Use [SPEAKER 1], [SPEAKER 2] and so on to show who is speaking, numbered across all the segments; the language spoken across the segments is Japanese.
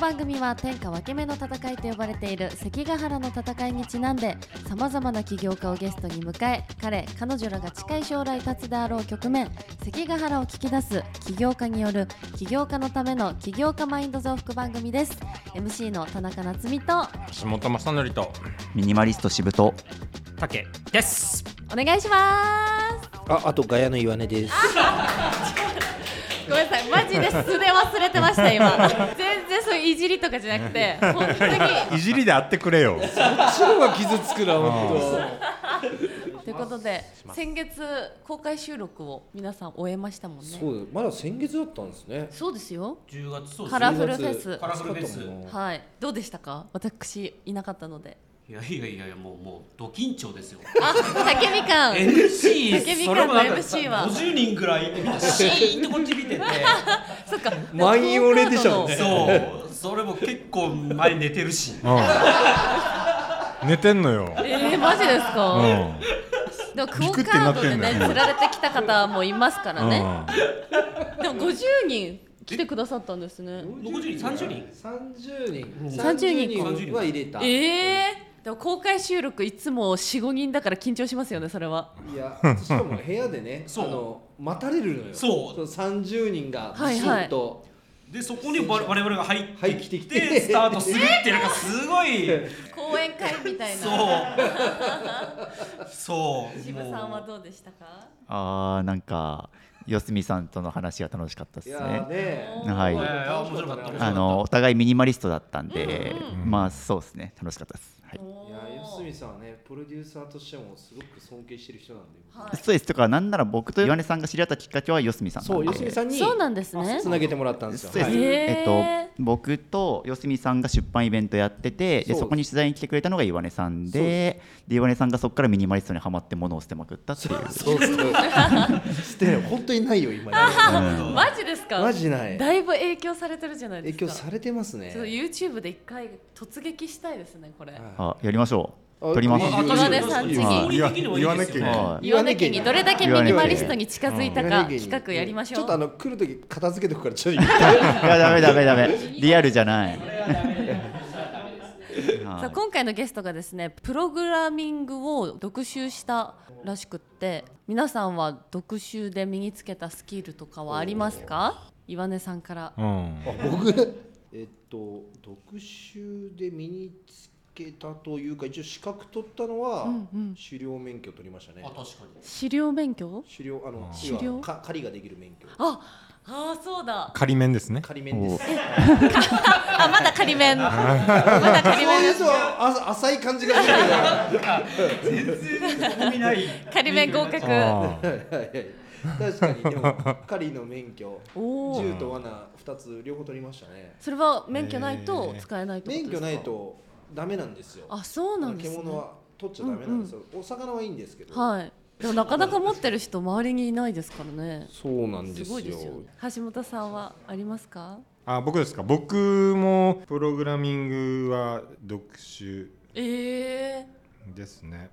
[SPEAKER 1] 番組は天下分け目の戦いと呼ばれている関ヶ原の戦いにちなんでさまざまな起業家をゲストに迎え彼彼女らが近い将来立つであろう局面関ヶ原を聞き出す起業家による起業家のための起業家マインド増幅番組です MC の田中夏実と
[SPEAKER 2] 橋本正則と
[SPEAKER 3] ミニマリスト渋と
[SPEAKER 4] 竹です。
[SPEAKER 1] お願いします
[SPEAKER 5] あ、あとガヤの岩根です。
[SPEAKER 1] ごめんなさいマジで素で忘れてました今 全然そういういじりとかじゃなくて本当に
[SPEAKER 2] いじりであってくれよ
[SPEAKER 5] 白が傷つくな、本
[SPEAKER 1] ということで先月公開収録を皆さん終えましたもんね
[SPEAKER 5] 当。
[SPEAKER 1] そ
[SPEAKER 5] そううだ、まだ先月だったんですね。
[SPEAKER 1] ですよ
[SPEAKER 4] 10月そう
[SPEAKER 1] カラフルフェス
[SPEAKER 4] カラフルです
[SPEAKER 1] はいどうでしたか私いなかったので
[SPEAKER 4] いやいやいやいやもうもうド緊張ですよ。
[SPEAKER 1] あ竹みかん竹
[SPEAKER 4] MC
[SPEAKER 1] み
[SPEAKER 4] それ
[SPEAKER 1] かん
[SPEAKER 4] も
[SPEAKER 1] の
[SPEAKER 4] なんか
[SPEAKER 1] MC は
[SPEAKER 4] 50人ぐらいいてみんなシーンってこっち見てて、
[SPEAKER 1] そっか
[SPEAKER 5] 満員御礼でしたもんね
[SPEAKER 4] そうそれも結構前寝てるし。
[SPEAKER 2] うん寝てんのよ、
[SPEAKER 1] えー、マジです
[SPEAKER 2] う
[SPEAKER 1] か、
[SPEAKER 2] ん
[SPEAKER 1] でもクオカードで
[SPEAKER 2] ビクっ
[SPEAKER 1] ね
[SPEAKER 2] てなってんだよ
[SPEAKER 1] 釣られてきた方もいますからね、
[SPEAKER 2] う
[SPEAKER 1] でも50人来てくださったんですね
[SPEAKER 4] 50人30人。
[SPEAKER 5] 三十人。
[SPEAKER 1] 30人
[SPEAKER 5] 30は入れた。い
[SPEAKER 1] えー、でも公開収録いつも45人だから緊張しますよねそれは
[SPEAKER 5] や、しかも部屋でね、あ
[SPEAKER 4] そう
[SPEAKER 5] の、待たれるのよ。
[SPEAKER 4] そう
[SPEAKER 5] 三十人が
[SPEAKER 1] はい
[SPEAKER 5] ず
[SPEAKER 1] はい
[SPEAKER 5] っと。
[SPEAKER 4] でそこに我々我々が入ってきて
[SPEAKER 5] 入ってきて
[SPEAKER 4] スタートするってなんかすごい。
[SPEAKER 1] 講演会みたいな
[SPEAKER 4] そう。そう。
[SPEAKER 1] 渋さんは
[SPEAKER 4] も
[SPEAKER 1] どうでしたか
[SPEAKER 3] あーなんか四隅さんとの話が楽しかったです
[SPEAKER 5] いやー
[SPEAKER 3] ね
[SPEAKER 5] ね。
[SPEAKER 3] はい
[SPEAKER 4] いやいや面白かった面白か
[SPEAKER 3] あのお互いミニマリストだったんで、まあそうですね楽しかったです、はい
[SPEAKER 1] おー
[SPEAKER 5] いや、吉住さんはね、プロデューサーとしてもすごく尊敬してる人なんで。
[SPEAKER 1] はい
[SPEAKER 3] そうですとかなんなら僕と岩根さんが知り合ったきっかけは四隅さんなん
[SPEAKER 5] そう、
[SPEAKER 3] で
[SPEAKER 5] 吉住さんに。
[SPEAKER 1] そうなんですね
[SPEAKER 5] つなげてもらったんです
[SPEAKER 3] そう
[SPEAKER 5] よ。
[SPEAKER 3] です、
[SPEAKER 5] は
[SPEAKER 1] へ
[SPEAKER 5] い
[SPEAKER 1] ー
[SPEAKER 3] えっと、僕と四隅さんが出版イベントやってて
[SPEAKER 5] そう
[SPEAKER 3] でそこに取材に来てくれたのが岩根さんでで岩根さんがそこからミニマリストにはまって物を捨てまくったっていう
[SPEAKER 5] そうそう。 捨てない、本当にないよ、今。
[SPEAKER 1] マジですか
[SPEAKER 5] マジない
[SPEAKER 1] だいぶ影響されてるじゃないです
[SPEAKER 5] 影
[SPEAKER 1] か
[SPEAKER 5] 響されてますね
[SPEAKER 1] ちょっ。と YouTube で一回突撃したいですねこれ、
[SPEAKER 3] あやりましょう
[SPEAKER 5] あ
[SPEAKER 3] 撮ります
[SPEAKER 5] いいよ
[SPEAKER 1] あ岩根さんちに
[SPEAKER 4] いや言わなきゃいけない
[SPEAKER 3] はい
[SPEAKER 1] 岩根家にどれだけミニマリストに近づいたか
[SPEAKER 5] 岩根家に
[SPEAKER 1] 企画やりましょう
[SPEAKER 5] ちょっとあの来る時片付けとくからちょっと
[SPEAKER 3] いやダメダメダメリアルじゃない。
[SPEAKER 1] さあ今回のゲストがですねプログラミングを独習したらしくって皆さんは独習で身につけたスキルとかはありますか岩根さんから
[SPEAKER 2] ん
[SPEAKER 5] 僕えっと読習で身につけたというか一応資格取ったのは、狩猟免許取りましたね
[SPEAKER 4] うあ確かに。
[SPEAKER 1] 資料免許
[SPEAKER 5] 狩猟あの
[SPEAKER 1] 狩猟
[SPEAKER 5] 要はか狩りができる免許
[SPEAKER 1] ああーそうだ
[SPEAKER 2] 仮面ですね
[SPEAKER 5] 仮免ですそう
[SPEAKER 1] あまだ仮面まだ仮面
[SPEAKER 5] い
[SPEAKER 1] で
[SPEAKER 5] う
[SPEAKER 1] す
[SPEAKER 5] のは浅浅い感じがするけど
[SPEAKER 4] 意味ない。
[SPEAKER 1] 仮面合格
[SPEAKER 2] あー
[SPEAKER 5] はいはい確かにでも狩りの免許
[SPEAKER 1] おお
[SPEAKER 5] 銃と罠二つ両方取りましたね
[SPEAKER 1] それは免許ないと使えないってことですか
[SPEAKER 5] 免許ないとダメなんですよ
[SPEAKER 1] あそうなんですね
[SPEAKER 5] 獣は取っちゃダメなんですよ、お魚はいいんですけど、
[SPEAKER 1] はいでもなかなか持ってる人周りにいないですからね
[SPEAKER 5] そうなん
[SPEAKER 1] すごいですよね橋本さんはありますか
[SPEAKER 2] あ僕ですか僕もプログラミングは読習
[SPEAKER 1] ええ
[SPEAKER 2] ですね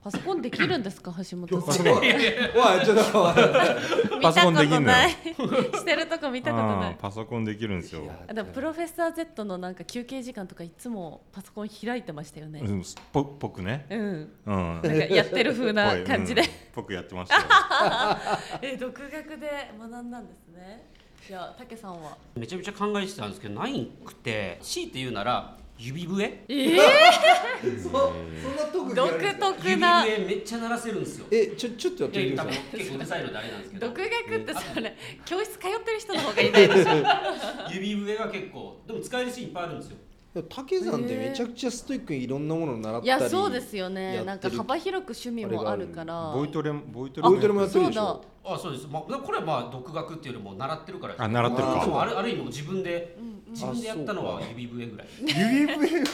[SPEAKER 1] パソコンできるんですか橋本さん
[SPEAKER 5] おいおいちょっとおい
[SPEAKER 1] 見
[SPEAKER 2] パソ
[SPEAKER 1] た
[SPEAKER 2] コ
[SPEAKER 1] こ
[SPEAKER 2] ンで
[SPEAKER 1] と
[SPEAKER 2] きんのよ
[SPEAKER 1] ない してるとこ見たことな
[SPEAKER 2] うん
[SPEAKER 1] い
[SPEAKER 2] パソコンできるんですよ
[SPEAKER 1] あでもプロフェッサー Z のなんか休憩時間とかいつもパソコン開いてましたよね
[SPEAKER 2] うんぽぽくね
[SPEAKER 1] うん、
[SPEAKER 2] うん
[SPEAKER 1] なんかやってる風な感じで、
[SPEAKER 2] ぽいうんぽくやってましたよ
[SPEAKER 1] え独学で学んだんですねいやたけさんは
[SPEAKER 4] めちゃめちゃ考えてたんですけどないんくて強いて言うなら指笛
[SPEAKER 1] ええ
[SPEAKER 5] そそんな特技あるんです
[SPEAKER 1] 独
[SPEAKER 5] か
[SPEAKER 1] 特
[SPEAKER 4] 指
[SPEAKER 1] な
[SPEAKER 4] 笛めっちゃ鳴らせるんですよ。
[SPEAKER 5] えちょちょっとやっ
[SPEAKER 4] いや
[SPEAKER 5] てみて
[SPEAKER 4] 多
[SPEAKER 5] ください
[SPEAKER 4] 分結構うるさいのであれなんですけど
[SPEAKER 1] 独学ってそれ教室通ってる人の方がい ないでしょ
[SPEAKER 4] 指笛が結構でも使えるシーンいっぱいあるんですよ。
[SPEAKER 5] でも武さんってめちゃくちゃストイックにいろんなものを習ったり
[SPEAKER 1] いやそうですよねな
[SPEAKER 5] や
[SPEAKER 1] ん
[SPEAKER 5] っ
[SPEAKER 1] か
[SPEAKER 5] てる
[SPEAKER 1] 幅広く趣味もあるから
[SPEAKER 2] ボイトレもボイトレ
[SPEAKER 5] ボイトレもやって
[SPEAKER 1] そう
[SPEAKER 5] るでし
[SPEAKER 1] だ
[SPEAKER 5] ょ
[SPEAKER 4] あそうです。まあこれはまあ独学っていうよりも習ってるからです。
[SPEAKER 2] あ習って
[SPEAKER 5] るか
[SPEAKER 4] あそうあるある意味もう自分で自分でやったの
[SPEAKER 5] あ
[SPEAKER 4] は
[SPEAKER 5] そう
[SPEAKER 4] 指笛ぐらい。
[SPEAKER 2] 指笛を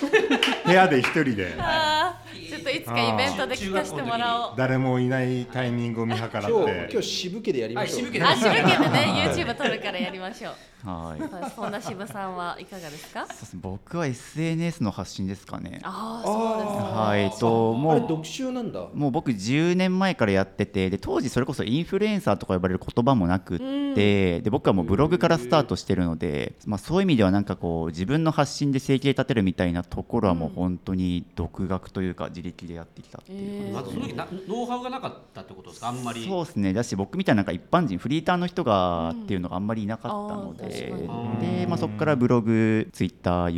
[SPEAKER 2] 部屋で一人で
[SPEAKER 1] あーちょっといつかイベントで聞かせてもらおう
[SPEAKER 2] 誰もいないタイミングを見計らっ
[SPEAKER 5] 今日今
[SPEAKER 2] て
[SPEAKER 5] 日渋家でやりま
[SPEAKER 4] あ
[SPEAKER 5] しょう
[SPEAKER 4] 渋家で
[SPEAKER 1] あ、渋家でね YouTube 撮るからやりましょう
[SPEAKER 3] はいそう
[SPEAKER 1] はいそんな渋さんはいかがですか
[SPEAKER 3] ですね僕は SNS の発信ですかね
[SPEAKER 1] ああそうですね
[SPEAKER 3] はいと
[SPEAKER 5] あれ
[SPEAKER 3] もう
[SPEAKER 5] 読集なんだ
[SPEAKER 3] もう僕10年前からやっててで当時それこそインフルエンサーとか呼ばれる言葉もなくって、で僕はもうブログからスタートしてるので、まあ、そういう意味ではなんかこう自分の発信で生計立てるみたいなところはもう本当に独学というか自力でやってきたっていう
[SPEAKER 4] ま
[SPEAKER 3] 感
[SPEAKER 4] ず
[SPEAKER 3] じ
[SPEAKER 4] そ
[SPEAKER 3] で
[SPEAKER 4] の時なノウハウがなかったってことですかあんまり
[SPEAKER 3] そうですねだし僕みたいななんか一般人フリーターの人がっていうのがあんまりいなかったので,、
[SPEAKER 1] うん
[SPEAKER 4] あー確かに
[SPEAKER 3] でまあ、そこからブログツイッター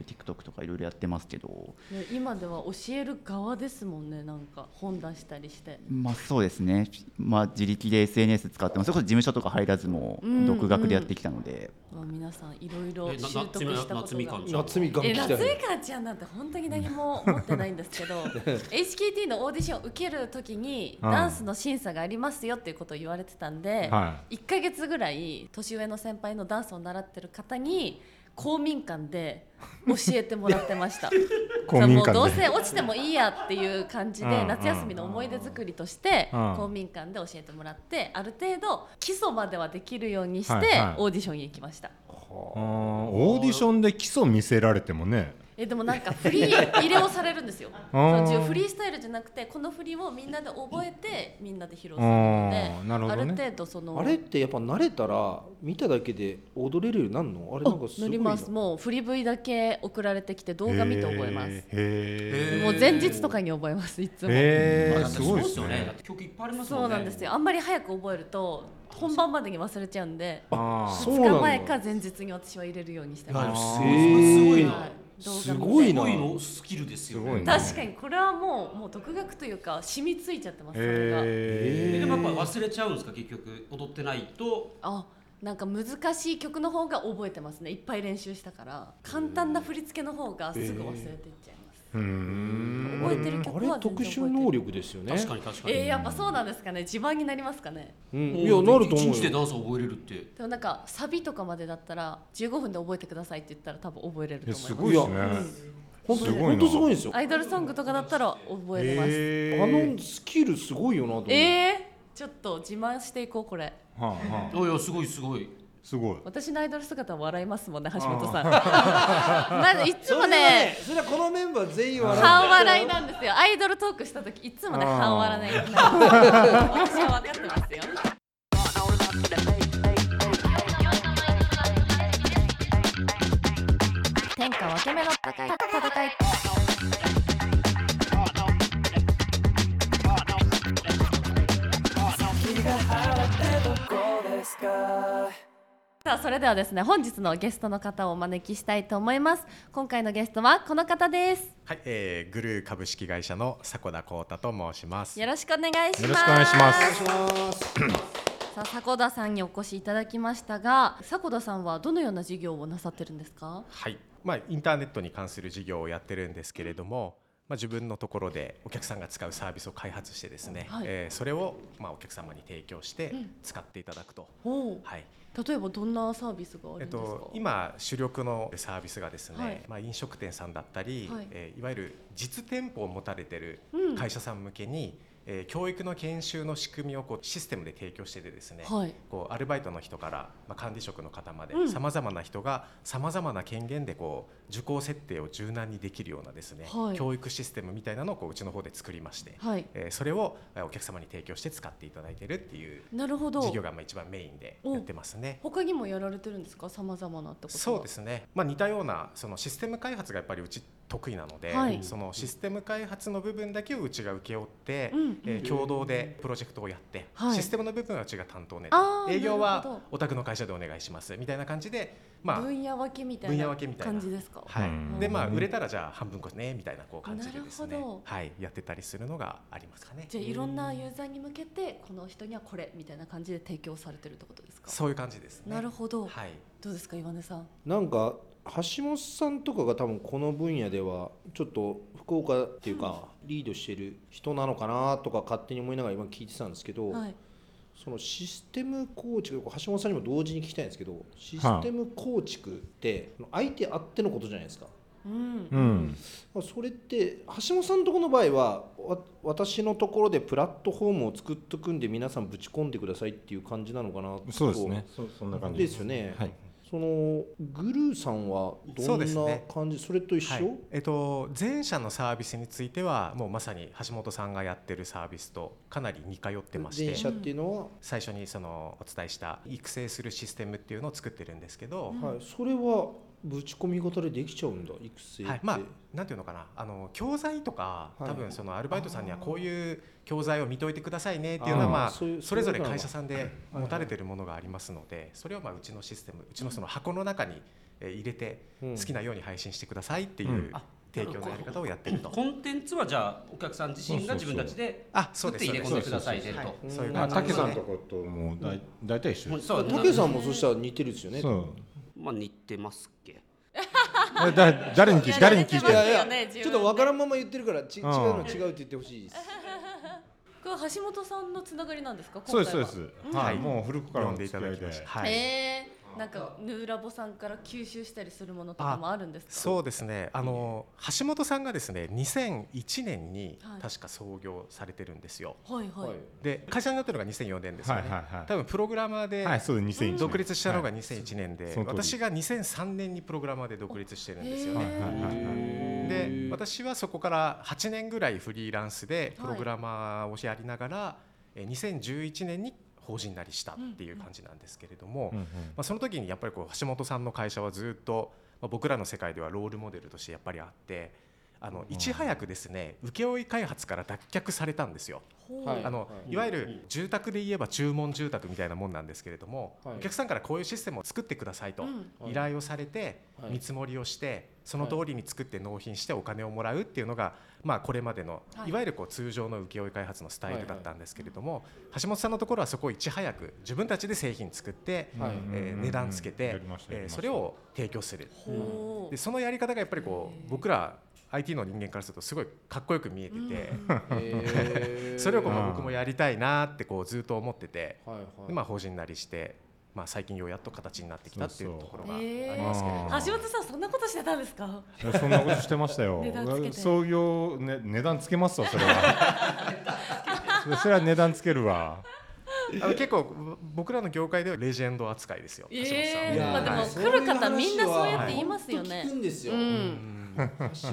[SPEAKER 3] YouTubeTikTok とかいろいろやってますけど、
[SPEAKER 1] ね今では教える側ですもんねなんか本出したりして
[SPEAKER 3] まあ、そうですね、まあ、自力で SNS 使ってもそれこそ事務所とか入らずも
[SPEAKER 1] うん
[SPEAKER 3] 独学でやってきたので、
[SPEAKER 1] まあ皆さんいろいろ
[SPEAKER 4] えな
[SPEAKER 1] 習得した
[SPEAKER 4] な
[SPEAKER 1] こ
[SPEAKER 4] 夏
[SPEAKER 1] と
[SPEAKER 4] み
[SPEAKER 1] が
[SPEAKER 4] かんちゃん
[SPEAKER 5] 夏みかん
[SPEAKER 1] え
[SPEAKER 5] 来た
[SPEAKER 1] 夏
[SPEAKER 5] よ
[SPEAKER 1] 井かちゃんなんて本当に何も持ってないんですけ ど HKT のオーディションを受けるときに
[SPEAKER 2] うん
[SPEAKER 1] ダンスの審査がありますよっていうことを言われてたんで、
[SPEAKER 2] は
[SPEAKER 1] 1ヶ月ぐらい年上の先輩のダンスを習ってる方に公民館で教えてもらってました
[SPEAKER 2] 公民
[SPEAKER 1] じゃあもうどう
[SPEAKER 2] 館で
[SPEAKER 1] せ落ちてもいいやっていう感じ
[SPEAKER 2] うんう
[SPEAKER 1] で
[SPEAKER 2] ん
[SPEAKER 1] 夏休みの思い出作りとして
[SPEAKER 2] うん
[SPEAKER 1] 公民館で教えてもらってある程度基礎まではできるようにして
[SPEAKER 2] はいはい
[SPEAKER 1] オーディションに行きました。
[SPEAKER 2] あーオーディションで基礎見せられてもね
[SPEAKER 1] えでもなんか振り入れをされるんですよ
[SPEAKER 2] あー
[SPEAKER 1] そのフリースタイルじゃなくてこの振りをみんなで覚えてみんなで披露する
[SPEAKER 2] あ
[SPEAKER 1] ので
[SPEAKER 2] ーなるほ
[SPEAKER 1] あ
[SPEAKER 2] ど
[SPEAKER 1] る
[SPEAKER 2] ね
[SPEAKER 1] 程度その
[SPEAKER 5] あれってやっぱ慣れたら見ただけで踊れるようになるのあれなんかす
[SPEAKER 1] 塗
[SPEAKER 5] ご
[SPEAKER 1] り
[SPEAKER 5] いな
[SPEAKER 1] ますもう振り V だけ送られてきて動画見て覚えます
[SPEAKER 2] へえ
[SPEAKER 1] もう前日とかに覚えますいつも、
[SPEAKER 2] へ
[SPEAKER 4] ま
[SPEAKER 2] え
[SPEAKER 4] あ
[SPEAKER 2] すごいです
[SPEAKER 4] そうだ
[SPEAKER 2] ね
[SPEAKER 4] って曲いっぱいあります
[SPEAKER 1] そ
[SPEAKER 4] も
[SPEAKER 1] うん
[SPEAKER 4] ね
[SPEAKER 1] なんですよあんまり早く覚えると本番までに忘れちゃうんで
[SPEAKER 2] あー
[SPEAKER 5] そう
[SPEAKER 1] 2
[SPEAKER 5] なん
[SPEAKER 1] 日
[SPEAKER 5] だ
[SPEAKER 1] 前か前日に私は入れるようにして
[SPEAKER 4] いやで
[SPEAKER 1] ま
[SPEAKER 4] も
[SPEAKER 1] す
[SPEAKER 4] す
[SPEAKER 5] へー
[SPEAKER 4] ごいな
[SPEAKER 1] はい動画見て
[SPEAKER 5] すごい
[SPEAKER 4] す
[SPEAKER 5] な
[SPEAKER 4] ごいのスキルですよ
[SPEAKER 2] すごい
[SPEAKER 4] ね
[SPEAKER 2] な
[SPEAKER 1] 確かにこれはもうもう独学というか染みついちゃってますそれが。
[SPEAKER 2] へ
[SPEAKER 4] でもやっぱ忘れちゃうんですか結局踊ってないと
[SPEAKER 1] あなんか難しい曲の方が覚えてますねいっぱい練習したから簡単な振り付けの方がすぐ忘れていっちゃいます、
[SPEAKER 2] えうん
[SPEAKER 1] 覚えてる曲
[SPEAKER 5] あ
[SPEAKER 1] は
[SPEAKER 5] れ
[SPEAKER 1] 全然覚
[SPEAKER 5] 特
[SPEAKER 1] えてる
[SPEAKER 5] 殊能力ですよね
[SPEAKER 4] 確かに確か
[SPEAKER 1] え
[SPEAKER 4] に
[SPEAKER 1] ー、やっぱそうなんですかね自慢になりますかね
[SPEAKER 5] うん
[SPEAKER 4] もう
[SPEAKER 5] いやなると思う
[SPEAKER 4] 一日で
[SPEAKER 5] よ
[SPEAKER 4] ダンス覚えれるって
[SPEAKER 1] でもなんかサビとかまでだったら15分で覚えてくださいって言ったら多分覚えれると思
[SPEAKER 2] え
[SPEAKER 1] います
[SPEAKER 2] すごいですね
[SPEAKER 5] 本当
[SPEAKER 2] すごいな
[SPEAKER 5] 本当すごいんですよ
[SPEAKER 1] アイドルソングとかだったら覚えれますえ
[SPEAKER 5] あのスキルすごいよなと思う
[SPEAKER 1] ー、ちょっと自慢していこうこれ
[SPEAKER 2] あはあはあ
[SPEAKER 4] あいやすごいすごい
[SPEAKER 2] すごい
[SPEAKER 1] 私のアイドル姿は笑いますもんね橋本 さんまずいつもね
[SPEAKER 5] それはこのメンバー全員笑
[SPEAKER 1] 半笑いなんですよアイドルトークした時いつもね
[SPEAKER 2] あー
[SPEAKER 1] 半笑いなんです私は分かってますよ天下分け目の戦い戦いさあそれではですね本日のゲストの方をお招きしたいと思います今回のゲストはこの方です
[SPEAKER 6] はい、えー、グルー株式会社の迫田光太と申します。
[SPEAKER 1] よろしくお願いします。
[SPEAKER 2] よろしくお願いします
[SPEAKER 5] います
[SPEAKER 1] さあ、迫田さんにお越しいただきましたが、迫田さんはどのような事業をなさってるんですか。
[SPEAKER 6] はい、まあインターネットに関する事業をやってるんですけれども、まあ自分のところでお客さんが使うサービスを開発してですね、
[SPEAKER 1] はい
[SPEAKER 6] えーそれをまあお客様に提供して使っていただくと。
[SPEAKER 1] おお、
[SPEAKER 6] はい、
[SPEAKER 1] 例えばどんなサービスがあ
[SPEAKER 6] え
[SPEAKER 1] る
[SPEAKER 6] っ
[SPEAKER 1] んですか。
[SPEAKER 6] と、今主力のサービスがですね、
[SPEAKER 1] はい
[SPEAKER 6] まあ飲食店さんだったり、
[SPEAKER 1] はい
[SPEAKER 6] いえーいわゆる実店舗を持たれてる
[SPEAKER 1] うん
[SPEAKER 6] 会社さん向けに、えー教育の研修の仕組みをこうシステムで提供しててですね、
[SPEAKER 1] はい。
[SPEAKER 6] こうアルバイトの人から、まあ、管理職の方まで
[SPEAKER 1] うん
[SPEAKER 6] さまざまな人がさまざまな権限でこう受講設定を柔軟にできるようなですね、
[SPEAKER 1] はい
[SPEAKER 6] 教育システムみたいなのをこううちの方で作りまして、
[SPEAKER 1] はい。
[SPEAKER 6] えーそれをえーお客様に提供して使っていただいてるっていう
[SPEAKER 1] なるほど。
[SPEAKER 6] 事業がまあ一番メインでやってますね。
[SPEAKER 1] 他にもやられてるんですか。さまざまなってことは。。
[SPEAKER 6] そうですすね、まあ、似たようなそのシステム開発がやっぱりうち得意なので、
[SPEAKER 1] はい
[SPEAKER 6] そのシステム開発の部分だけをうちが請け負って、
[SPEAKER 1] うんうん
[SPEAKER 6] えー共同でプロジェクトをやって、
[SPEAKER 1] はい
[SPEAKER 6] システムの部分はうちが担当ね
[SPEAKER 1] あー
[SPEAKER 6] 営
[SPEAKER 1] なる
[SPEAKER 6] 業
[SPEAKER 1] ほ
[SPEAKER 6] は
[SPEAKER 1] ど
[SPEAKER 6] お宅の会社でお願いしますみたいな感じで、まあ
[SPEAKER 1] 分野分けみたい
[SPEAKER 6] 分
[SPEAKER 1] な
[SPEAKER 6] 野分けみたいな
[SPEAKER 1] 感じですか。
[SPEAKER 6] は
[SPEAKER 2] うん
[SPEAKER 6] い、でまあ売れたらじゃあ半分こねみたいなこう感じでです
[SPEAKER 1] な
[SPEAKER 6] ね
[SPEAKER 1] るほど、
[SPEAKER 6] はい、やってたりするのがありますかね。
[SPEAKER 1] じゃあいろんなユーザーに向けてこの人にはこれみたいな感じで提供されてるってことですか。
[SPEAKER 6] そういう感じですね。
[SPEAKER 1] なるほど。
[SPEAKER 6] はい
[SPEAKER 1] どうですか岩根さん。
[SPEAKER 5] なんか橋本さんとかが多分この分野ではちょっと福岡っていうかリードしてる人なのかなとか勝手に思いながら今聞いてたんですけど、
[SPEAKER 1] はい。
[SPEAKER 5] そのシステム構築橋本さんにも同時に聞きたいんですけどシステム構築って相手あってのことじゃないですか。
[SPEAKER 1] うん。
[SPEAKER 2] うん。
[SPEAKER 5] まあそれって橋本さんのところの場合はわ私のところでプラットフォームを作っとくんで皆さんぶち込んでくださいっていう感じなのかなと
[SPEAKER 2] そうですねそそんな感じ
[SPEAKER 5] ですよね、
[SPEAKER 2] はい
[SPEAKER 5] そのグルーさんは
[SPEAKER 6] そ
[SPEAKER 5] ど
[SPEAKER 6] うんです
[SPEAKER 5] な
[SPEAKER 6] ね
[SPEAKER 5] 感じそ,、れと一緒、
[SPEAKER 6] はいえっと、前者のサービスについてはもうまさに橋本さんがやってるサービスとかなり似通ってまして
[SPEAKER 5] 前者っていうのは、
[SPEAKER 6] 最初にそのお伝えした育成するシステムっていうのを作ってるんですけど、
[SPEAKER 5] はい、それはぶち込み型でできちゃうんだ育成って、
[SPEAKER 6] はい、まあなんていうのかなあの教材とか
[SPEAKER 5] はい
[SPEAKER 6] 多分そのアルバイトさんにはこういう教材を見といてくださいねっていうのは
[SPEAKER 5] あー
[SPEAKER 6] まあ
[SPEAKER 5] そういう
[SPEAKER 6] それぞれ
[SPEAKER 5] そういうのが
[SPEAKER 6] 会社さんで持たれてるものがありますのでそれをまあうちのシステムうちのその箱の中にえー入れて
[SPEAKER 5] うん
[SPEAKER 6] 好きなように配信してくださいっていううん
[SPEAKER 4] あ
[SPEAKER 6] 提供のやり方をやってると
[SPEAKER 4] コンテンツはじゃあお客さん自身が
[SPEAKER 2] そ
[SPEAKER 4] 自
[SPEAKER 2] うそうそう
[SPEAKER 4] 分たちで
[SPEAKER 6] あそう
[SPEAKER 4] 作っ
[SPEAKER 6] で
[SPEAKER 4] て入れ
[SPEAKER 6] す
[SPEAKER 4] 込んでください
[SPEAKER 6] そう
[SPEAKER 4] ね
[SPEAKER 6] です
[SPEAKER 4] と。
[SPEAKER 6] はいそういう
[SPEAKER 2] まあ
[SPEAKER 6] 感じ
[SPEAKER 2] 竹さん
[SPEAKER 6] です
[SPEAKER 2] と
[SPEAKER 6] ね
[SPEAKER 2] こともだい大体一緒
[SPEAKER 4] も
[SPEAKER 2] で
[SPEAKER 4] う
[SPEAKER 2] す。
[SPEAKER 4] そう
[SPEAKER 5] 竹さんもそしたら似てるですよね
[SPEAKER 2] そう。
[SPEAKER 4] まあ似てますっけ。
[SPEAKER 2] だだ誰に聞いて誰に聞いて
[SPEAKER 5] い
[SPEAKER 2] る。
[SPEAKER 5] や
[SPEAKER 7] そう
[SPEAKER 5] い
[SPEAKER 7] ですよね
[SPEAKER 5] や
[SPEAKER 7] 自分で
[SPEAKER 5] ちょっとわからんまま言ってるからち違う
[SPEAKER 2] うん
[SPEAKER 5] の違うって言ってほしいです
[SPEAKER 7] これ橋本さんのつながりなんですか
[SPEAKER 2] そう
[SPEAKER 7] 今回
[SPEAKER 2] です
[SPEAKER 7] は
[SPEAKER 2] そうです。はい。もう古くからの
[SPEAKER 6] 読んでい
[SPEAKER 2] 付き
[SPEAKER 6] た
[SPEAKER 2] 合
[SPEAKER 6] だ
[SPEAKER 2] い
[SPEAKER 6] きまし
[SPEAKER 2] で
[SPEAKER 6] た。。はい
[SPEAKER 7] へえなんかヌーラボさんから吸収したりするものとかもあるんですか
[SPEAKER 6] そうですね。あの橋本さんがですね、2001年に
[SPEAKER 7] はい
[SPEAKER 6] 確か創業されてるんですよ。
[SPEAKER 7] はいはい、
[SPEAKER 6] で会社になったのが2004年ですよね。
[SPEAKER 2] はいはいはい
[SPEAKER 6] 多分プログラマーで
[SPEAKER 2] はい、そうです。2001年。
[SPEAKER 6] 独立したのが
[SPEAKER 2] はい
[SPEAKER 6] 2001年で、
[SPEAKER 2] その通り
[SPEAKER 6] 私が2003年にプログラマーで独立してるんですよ
[SPEAKER 7] へ
[SPEAKER 6] ね。
[SPEAKER 7] え
[SPEAKER 2] はいはいはい。
[SPEAKER 6] で私はそこから8年ぐらいフリーランスでプログラマーをやりながら、え2011年に法人なりしたっていう感じなんですけれども、
[SPEAKER 2] うんうん
[SPEAKER 6] まあ、その時にやっぱりこう橋本さんの会社はずっと、まあ、僕らの世界ではロールモデルとしてやっぱりあってあのいち早くですね請負開発から脱却されたんですよ。
[SPEAKER 7] ほう
[SPEAKER 5] はい
[SPEAKER 6] あのいわゆる住宅で言えば注文住宅みたいなもんなんですけれども、
[SPEAKER 5] はい
[SPEAKER 6] お客さんからこういうシステムを作ってくださいと
[SPEAKER 7] うん
[SPEAKER 5] はい
[SPEAKER 6] 依頼をされて、
[SPEAKER 5] はい
[SPEAKER 6] 見積もりをしてその通りに作って納品してお金をもらうっていうのが、まあ、これまでの、
[SPEAKER 7] はい
[SPEAKER 6] い、わゆるこう通常の請負開発のスタイルだったんですけれども、橋本さんのところはそこをいち早く自分たちで製品作って、
[SPEAKER 5] はい
[SPEAKER 6] えー値段つけ
[SPEAKER 2] や
[SPEAKER 6] て
[SPEAKER 2] りましたやりま
[SPEAKER 6] えー
[SPEAKER 2] した
[SPEAKER 6] それを提供する
[SPEAKER 7] ほう
[SPEAKER 6] でそのやり方がやっぱりこう僕ら IT の人間からするとすごいかっこよく見えてて。
[SPEAKER 5] へー
[SPEAKER 6] それをこうまあ
[SPEAKER 2] うん
[SPEAKER 6] 僕もやりたいなってこうずっと思ってて、
[SPEAKER 5] はい
[SPEAKER 6] でまあ、法人なりして、まあ、最近ようやっと形になってきたっていう
[SPEAKER 2] そう
[SPEAKER 6] と
[SPEAKER 2] そう
[SPEAKER 6] ころがあ
[SPEAKER 7] へー
[SPEAKER 6] りますけれども、
[SPEAKER 7] 橋本さんそんなことしてたんですか
[SPEAKER 2] いやそんなことしてましたよ
[SPEAKER 7] 値段つけて
[SPEAKER 2] 創業、ね、値段つけますわそれは それは値段つけるわ
[SPEAKER 6] あの結構ぼ僕らの業界ではレジェンド扱いですよ、橋本さん
[SPEAKER 7] え
[SPEAKER 5] い
[SPEAKER 7] え
[SPEAKER 5] や
[SPEAKER 7] まあ
[SPEAKER 5] ー
[SPEAKER 7] でも
[SPEAKER 5] はい
[SPEAKER 7] 来る方みんなそうやって言いますよ
[SPEAKER 5] 本当聞く
[SPEAKER 7] ね
[SPEAKER 5] んですよ、
[SPEAKER 7] うん。
[SPEAKER 5] 橋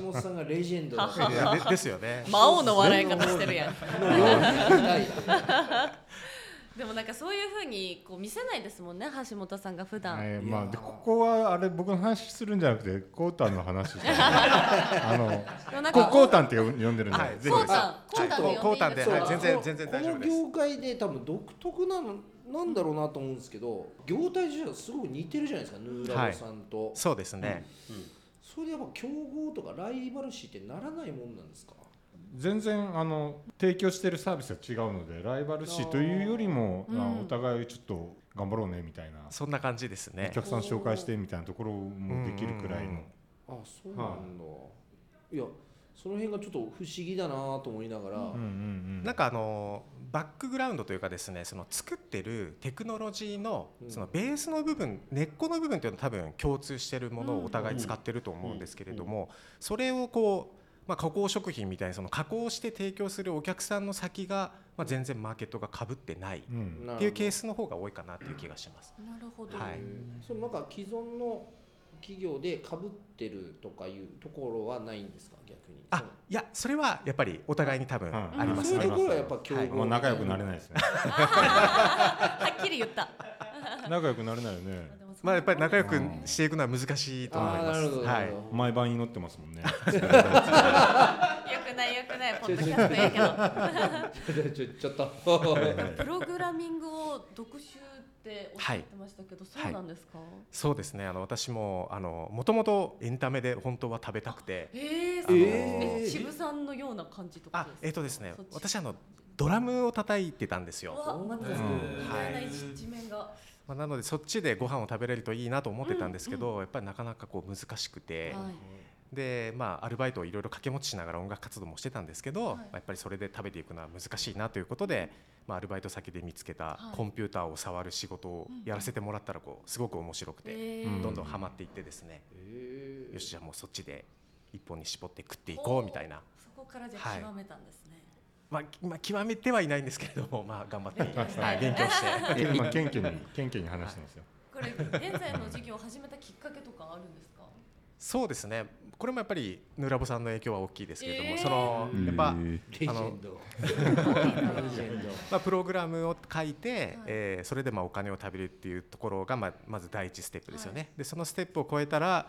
[SPEAKER 5] 本さんがレジェンドだから
[SPEAKER 6] いやでですよね
[SPEAKER 7] 魔王の笑い方してるやん
[SPEAKER 5] のようになりたい
[SPEAKER 7] でもなんかそういうふうにこう見せないですもんね橋本さんが普段、
[SPEAKER 2] えーまあ、でここはあれ僕の話するんじゃなくてコータンの話して あの
[SPEAKER 7] でもなん
[SPEAKER 2] こ
[SPEAKER 7] か
[SPEAKER 2] コータンって呼ん呼んでるんで、
[SPEAKER 6] はい
[SPEAKER 2] ぜ
[SPEAKER 6] コ
[SPEAKER 2] ひ
[SPEAKER 6] ータン
[SPEAKER 7] コータン
[SPEAKER 6] はい
[SPEAKER 7] コータン
[SPEAKER 6] コータ
[SPEAKER 7] で
[SPEAKER 6] ンで
[SPEAKER 7] 呼んでいいですか
[SPEAKER 6] はい全然全然大丈夫
[SPEAKER 5] こ
[SPEAKER 6] です
[SPEAKER 5] の業界で多分独特なのなんだろうなと思うんですけど業態自体がすごく似てるじゃないですかヌーラボさんと、
[SPEAKER 6] そうですね、
[SPEAKER 5] それでやっぱ競合とかライバル視ってならないもんなんですか
[SPEAKER 2] 全然あの提供してるサービスが違うのでライバル視というよりも、
[SPEAKER 7] うん
[SPEAKER 2] あお互いちょっと頑張ろうねみたいな、
[SPEAKER 6] そんな感じですね
[SPEAKER 2] お。客さん紹介してみたいなところもできるくらいの、
[SPEAKER 6] うんうんうん
[SPEAKER 5] あそうなんだ、い、やその辺がちょっと不思議だなと思いながら、
[SPEAKER 2] うんうんうん
[SPEAKER 6] なんかあのバックグラウンドというかですねその作ってるテクノロジーの
[SPEAKER 5] うん
[SPEAKER 6] そのベースの部分根っこの部分というのは多分共通してるもの
[SPEAKER 7] うん
[SPEAKER 6] をお互い使ってると思うんですけれどもそれをこうまあ加工食品みたいにその加工して提供するお客さんの先がまあ全然マーケットが被ってないっ
[SPEAKER 2] うん
[SPEAKER 5] なるほど
[SPEAKER 6] ていうケースの方が多いかなっていう気がします。
[SPEAKER 7] なるほど、
[SPEAKER 6] はい
[SPEAKER 5] そのなんか既存の企業でかぶってるとかいうところはないんですか逆に
[SPEAKER 6] あいやそれはやっぱりお互いに多分
[SPEAKER 2] うん
[SPEAKER 6] あります
[SPEAKER 5] そういう
[SPEAKER 6] ね
[SPEAKER 5] と。ころはやっぱ競合、
[SPEAKER 6] はい
[SPEAKER 2] まあ、仲良くなれないですね
[SPEAKER 7] はっきり言った
[SPEAKER 2] 仲良くなれないよね
[SPEAKER 6] まあやっぱり仲良くしていくのは難しいと思い
[SPEAKER 5] あー
[SPEAKER 6] ま
[SPEAKER 5] なるほ
[SPEAKER 6] す。
[SPEAKER 5] ど、
[SPEAKER 6] は
[SPEAKER 5] ないるほど
[SPEAKER 2] 毎晩祈ってますもん ね
[SPEAKER 7] よくないよくないポッドキャストやけど
[SPEAKER 5] ちょちょっ と
[SPEAKER 7] プログラミングを読習っておっしゃってましたけど、そうなんですか、
[SPEAKER 6] そうですねあの私もあのもともとエンタメで本当は食べたくて
[SPEAKER 7] ええ
[SPEAKER 6] あの
[SPEAKER 5] え
[SPEAKER 7] え
[SPEAKER 5] ー
[SPEAKER 7] 渋さんのような感じとか
[SPEAKER 6] あえっ、とですね
[SPEAKER 7] そっち
[SPEAKER 6] 私あのドラムを叩いてたんです
[SPEAKER 7] う
[SPEAKER 6] よ、
[SPEAKER 7] わまた意外な一面が、
[SPEAKER 6] まあ、なのでそっちでご飯を食べれるといいなと思ってたんですけど、やっぱりなかなかこう難しくて、
[SPEAKER 7] はい
[SPEAKER 6] でまあアルバイトをいろいろ掛け持ちしながら音楽活動もしてたんですけど、
[SPEAKER 7] はい
[SPEAKER 6] まあやっぱりそれで食べていくのは難しいなということで、まあ、アルバイト先で見つけた
[SPEAKER 7] はい
[SPEAKER 6] コンピューターを触る仕事をやらせてもらったらこうすごく面白くて、
[SPEAKER 7] ええ
[SPEAKER 2] うん
[SPEAKER 6] どんどんハマっていってですね、
[SPEAKER 5] え
[SPEAKER 6] よしじゃあもうそっちで一本に絞って食っていこうみたいな。
[SPEAKER 7] そこからじゃあ極めたんですね、
[SPEAKER 6] まあ、まあ、極めてはいないんですけれども、まあ、頑張って、
[SPEAKER 7] 勉強して
[SPEAKER 6] はい、勉強して。
[SPEAKER 2] 今ケンケンにケンケンに話してますよ
[SPEAKER 7] これ
[SPEAKER 1] れ現在の事業を始めたきっかけとかあるんですか
[SPEAKER 6] そうですねこれもやっぱりヌラボさんの影響は大きいですけれども、
[SPEAKER 1] えー
[SPEAKER 6] そのやっぱ、
[SPEAKER 3] へ
[SPEAKER 5] レジェンドレジェンド
[SPEAKER 6] まあ、プログラムを書いて、
[SPEAKER 1] い
[SPEAKER 6] えーそれでまあお金を食べるっていうところが、まあ、まず第一ステップですよね、でそのステップを超えたら、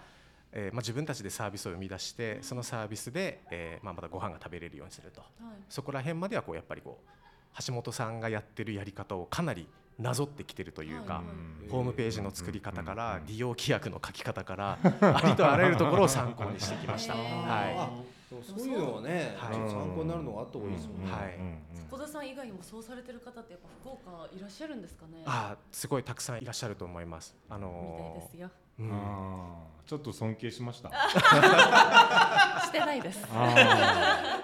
[SPEAKER 6] えーまあ、自分たちでサービスを生み出してそのサービスで、えーまあ、またご飯が食べれるようにすると
[SPEAKER 1] はい
[SPEAKER 6] そこら辺まではこうやっぱりこう橋本さんがやってるやり方をかなりなぞってきてるというか、
[SPEAKER 1] はい
[SPEAKER 6] ホームページの作り方から利用規約の書き 方からありとあらゆるところを参考にしてきました。
[SPEAKER 1] へー
[SPEAKER 6] は
[SPEAKER 5] あそうそういうのはね、
[SPEAKER 6] はい
[SPEAKER 5] ちょっと参考になるのがあった方がいいですもんね、
[SPEAKER 6] いはい
[SPEAKER 1] 小田さん以外にもそうされてる方ってやっぱ福岡いらっしゃるんですかね
[SPEAKER 6] あーすごいたくさんいらっしゃると思います。あ
[SPEAKER 1] みたい
[SPEAKER 6] の
[SPEAKER 1] ですよ
[SPEAKER 6] ーうん
[SPEAKER 2] あーちょっと尊敬しました。
[SPEAKER 1] してない です
[SPEAKER 2] あ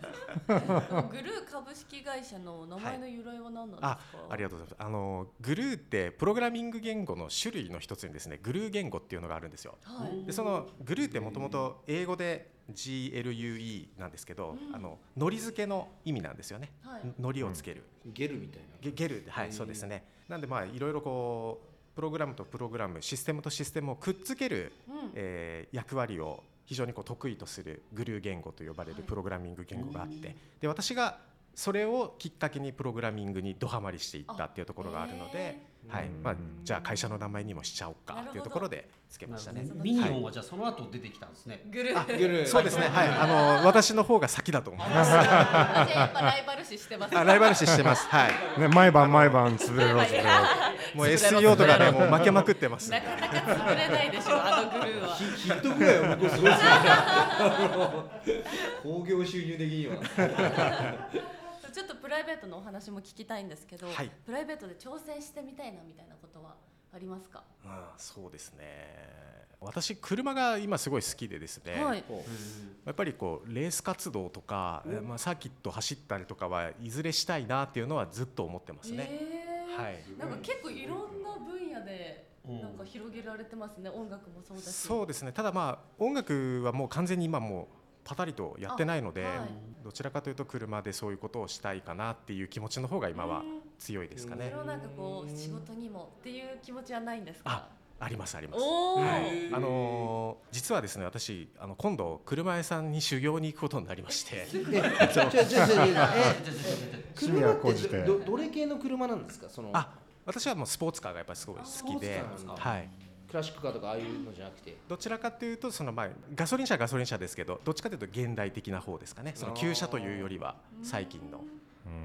[SPEAKER 1] グルー株式会社の名前の由来は何なんですか、
[SPEAKER 6] ああり
[SPEAKER 1] が
[SPEAKER 6] がとうございます。あのグルーってプログラミング言語の種類の一つにですね、グルー言語っていうのがあるんですよ。
[SPEAKER 1] とう、はい、
[SPEAKER 6] でそのグルーってもともと英語で GLUE なんですけど、あののり付けの意味なんですよね。
[SPEAKER 1] はい
[SPEAKER 6] のりをつける。
[SPEAKER 5] ゲルみたいな
[SPEAKER 6] ゲゲルはい、
[SPEAKER 5] うん
[SPEAKER 6] そうですねなんでまあいろいろこうプログラムとプログラムシステムとシステムをくっつける、
[SPEAKER 1] うん
[SPEAKER 6] えー役割を非常にこう得意とするグルー言語と呼ばれ
[SPEAKER 1] は
[SPEAKER 6] る
[SPEAKER 1] い
[SPEAKER 6] プログラミング言語があって、で私がそれをきっかけにプログラミングにドハマりしていったっていうところがあるので、
[SPEAKER 5] あ
[SPEAKER 6] はい
[SPEAKER 2] うん
[SPEAKER 6] まあ、じゃあ会社の名前にもしちゃおうかっていうところでつけましたね。
[SPEAKER 4] ミニオンはじゃあその後出てきたんですね。
[SPEAKER 1] グルー
[SPEAKER 5] ゲル
[SPEAKER 6] そうですね、はい、あの私の方が先だと思います。
[SPEAKER 1] 私やっぱライバル視してます
[SPEAKER 6] あライバル視してます。はい。
[SPEAKER 2] ーね毎晩毎晩滑れろ滑れろ。
[SPEAKER 6] もう SEO とかね、もう負けまくってます。
[SPEAKER 1] なかなか潰れないでしょあのグルーは
[SPEAKER 5] ヒットぐらいは向こうすごいですね興行収入的に は
[SPEAKER 1] ちょっとプライベートのお話も聞きたいんですけど、
[SPEAKER 6] はい
[SPEAKER 1] プライベートで挑戦してみたいなみたいなことはありますか、
[SPEAKER 6] あそうですね私車が今すごい好きでですね、
[SPEAKER 1] はい
[SPEAKER 6] やっぱりこうレース活動とか、えーまあ、サーキット走ったりとかはいずれしたいなっていうのはずっと思ってますね。
[SPEAKER 1] えー
[SPEAKER 6] はい
[SPEAKER 1] なんか結構いろんな分野で
[SPEAKER 4] うん
[SPEAKER 1] なんか広げられてますね、音楽もそうだし
[SPEAKER 6] そうですねただまあ音楽はもう完全に今もうパタリとやってないので、
[SPEAKER 1] あはい
[SPEAKER 6] どちらかというと車でそういうことをしたいかなっていう気持ちの方が今は
[SPEAKER 1] うん
[SPEAKER 6] 強いですか
[SPEAKER 1] そ
[SPEAKER 6] ね
[SPEAKER 1] れ。をなんかこう仕事にもっていう気持ちはないんです
[SPEAKER 6] あ
[SPEAKER 1] か
[SPEAKER 6] ありますあります。
[SPEAKER 1] おお、
[SPEAKER 6] はい、あのー実はですね私あの今度車屋さんに修行に行くことになりま して。
[SPEAKER 5] ちょちょちょちょえ
[SPEAKER 2] 趣味
[SPEAKER 5] 車
[SPEAKER 2] は
[SPEAKER 5] って
[SPEAKER 2] 高じ
[SPEAKER 5] ど
[SPEAKER 2] て
[SPEAKER 5] どどれ系の車なんですかその
[SPEAKER 6] あ私はもうスポーツカーがやっぱりすごい好きで
[SPEAKER 5] あスポーツカーなんだ
[SPEAKER 6] はい、
[SPEAKER 5] クラシックカーとかああいうのじゃなくて
[SPEAKER 6] どちらかというとその、まあ、ガソリン車はガソリン車ですけどどっちかというと現代的な方ですかねその旧車というよりは最近の、
[SPEAKER 2] うん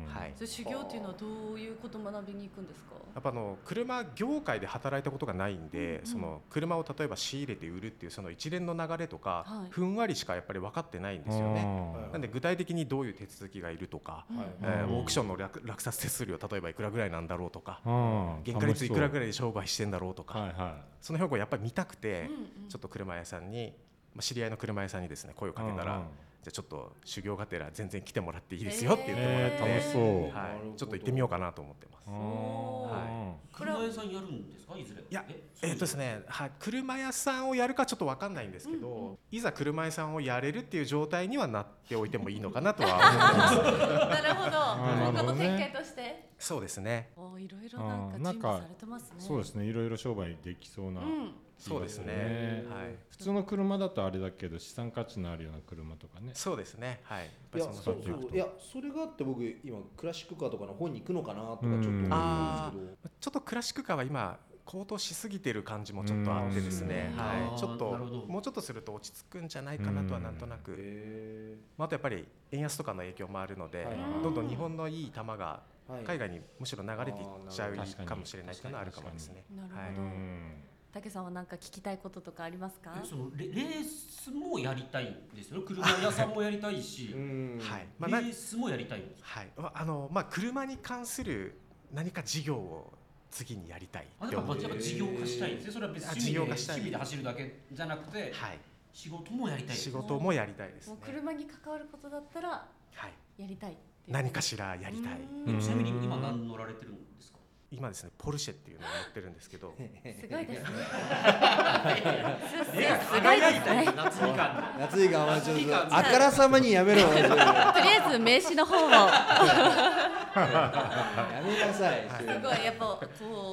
[SPEAKER 6] はい、
[SPEAKER 1] それ修行っていうのはどういうことを学びに行くんですか
[SPEAKER 6] やっぱあの車業界で働いたことがないんで、その車を例えば仕入れて売るっていうその一連の流れとか、
[SPEAKER 1] はい
[SPEAKER 6] ふんわりしかやっぱり分かってないんですよね。
[SPEAKER 2] あ
[SPEAKER 6] なんで具体的にどういう手続きがいるとか、
[SPEAKER 1] ん
[SPEAKER 6] えーオークションの落落札手数料例えばいくらぐらいなんだろうとか
[SPEAKER 2] ーうん
[SPEAKER 6] 原価率いくらぐ
[SPEAKER 2] らい
[SPEAKER 6] らいで商売してんだろうとか、
[SPEAKER 2] はいは
[SPEAKER 6] その辺をこうやっぱり見たく
[SPEAKER 1] う
[SPEAKER 6] て、
[SPEAKER 1] んうん
[SPEAKER 6] ちょっと車屋さんに、まあ、知り合いの車屋さんにですね声をかけたら、
[SPEAKER 2] うんうん
[SPEAKER 6] じゃあちょっと修行がてら全然来てもらっていいですよって言ってもらって、
[SPEAKER 2] えー楽しそう
[SPEAKER 6] は
[SPEAKER 5] なるほ
[SPEAKER 6] い、
[SPEAKER 5] ど
[SPEAKER 6] ちょっと行ってみようかなと思ってます。
[SPEAKER 2] い
[SPEAKER 1] おー
[SPEAKER 6] は
[SPEAKER 4] 車屋さんやるんですかいずれ。
[SPEAKER 6] いや
[SPEAKER 4] え
[SPEAKER 6] えっとです。ね、はい、車屋さんをやるかちょっとわかんないんですけど、いざ車屋さんをやれるっていう状態にはなっておいてもいいのかなとは思ってます
[SPEAKER 1] なるほ
[SPEAKER 2] なるほ
[SPEAKER 1] ど
[SPEAKER 2] どね
[SPEAKER 1] 今後の展開として
[SPEAKER 6] そうですね
[SPEAKER 1] おーいろいろなんか準備されてますね
[SPEAKER 2] そうですねいろいろ商売できそうな、
[SPEAKER 1] うん
[SPEAKER 6] そうですね
[SPEAKER 2] いいですね
[SPEAKER 6] はい
[SPEAKER 2] 普通の車だとあれだけど資産価値のあるような車とかね
[SPEAKER 6] そうですねはいやっぱ
[SPEAKER 5] いや
[SPEAKER 6] りそんな
[SPEAKER 5] そう
[SPEAKER 6] 感じ
[SPEAKER 5] そういやそれがあって僕今クラシックカーとかの方に行くのかなとかちょっと思うんですけ
[SPEAKER 2] うん
[SPEAKER 6] あ
[SPEAKER 5] ど
[SPEAKER 6] ーちょっとクラシックカーは今高騰しすぎてる感じもちょっとあってですね、
[SPEAKER 4] うんあ
[SPEAKER 6] は
[SPEAKER 4] ー
[SPEAKER 6] い、ちょっと
[SPEAKER 4] なるほど
[SPEAKER 6] もうちょっとすると落ち着くんじゃないかなとはなんとなく、
[SPEAKER 5] へ
[SPEAKER 6] まあ、あとやっぱり円安とかの影響もあるので、
[SPEAKER 5] はい
[SPEAKER 6] どんどん日本のいい球が
[SPEAKER 5] ーはい
[SPEAKER 6] 海外にむしろ流れていっちゃ
[SPEAKER 5] あ
[SPEAKER 6] う
[SPEAKER 5] ー
[SPEAKER 2] なるほど
[SPEAKER 6] かもしれないっていうのはあるかもですね。
[SPEAKER 1] なる
[SPEAKER 6] はい
[SPEAKER 1] ほど
[SPEAKER 2] うん
[SPEAKER 1] 竹さんはなんか聞きたいこととかありますか
[SPEAKER 4] えそのレレースもやりたいんですよね。車屋さんもやりたいし、
[SPEAKER 5] う
[SPEAKER 4] レ
[SPEAKER 5] ん
[SPEAKER 6] はいまあな
[SPEAKER 4] ースもやりたいんです。
[SPEAKER 6] はいまああのまあ、車に関する何か事業を次にやりたい
[SPEAKER 4] あ
[SPEAKER 6] って
[SPEAKER 4] でも
[SPEAKER 6] 思
[SPEAKER 4] ま
[SPEAKER 6] っ
[SPEAKER 4] あ
[SPEAKER 6] て
[SPEAKER 4] やっぱ事業化したいんですね。それは別に
[SPEAKER 6] あ
[SPEAKER 4] 趣味
[SPEAKER 6] 事
[SPEAKER 4] で
[SPEAKER 6] 業化したい
[SPEAKER 4] 趣味で走るだけじゃなくて、
[SPEAKER 6] はい、
[SPEAKER 4] 仕事もやりたい。
[SPEAKER 6] 仕事もやりたいです
[SPEAKER 1] も
[SPEAKER 6] ね
[SPEAKER 1] う、車に関わることだったら
[SPEAKER 6] はい、
[SPEAKER 1] やりたいっていう
[SPEAKER 6] 何かしらやりたい
[SPEAKER 1] うん
[SPEAKER 4] ちなみに今何乗られてるんですか。
[SPEAKER 6] 今ですねポルシェっていうのを持ってるんですけど
[SPEAKER 1] すごいですね
[SPEAKER 4] え輝いたい夏みかんの。
[SPEAKER 5] 夏井川はちょっ
[SPEAKER 4] 夏井川
[SPEAKER 5] とあからさまにやめろ
[SPEAKER 1] とりあえず名刺の方を
[SPEAKER 5] やめなさい。
[SPEAKER 1] すごいやっぱこ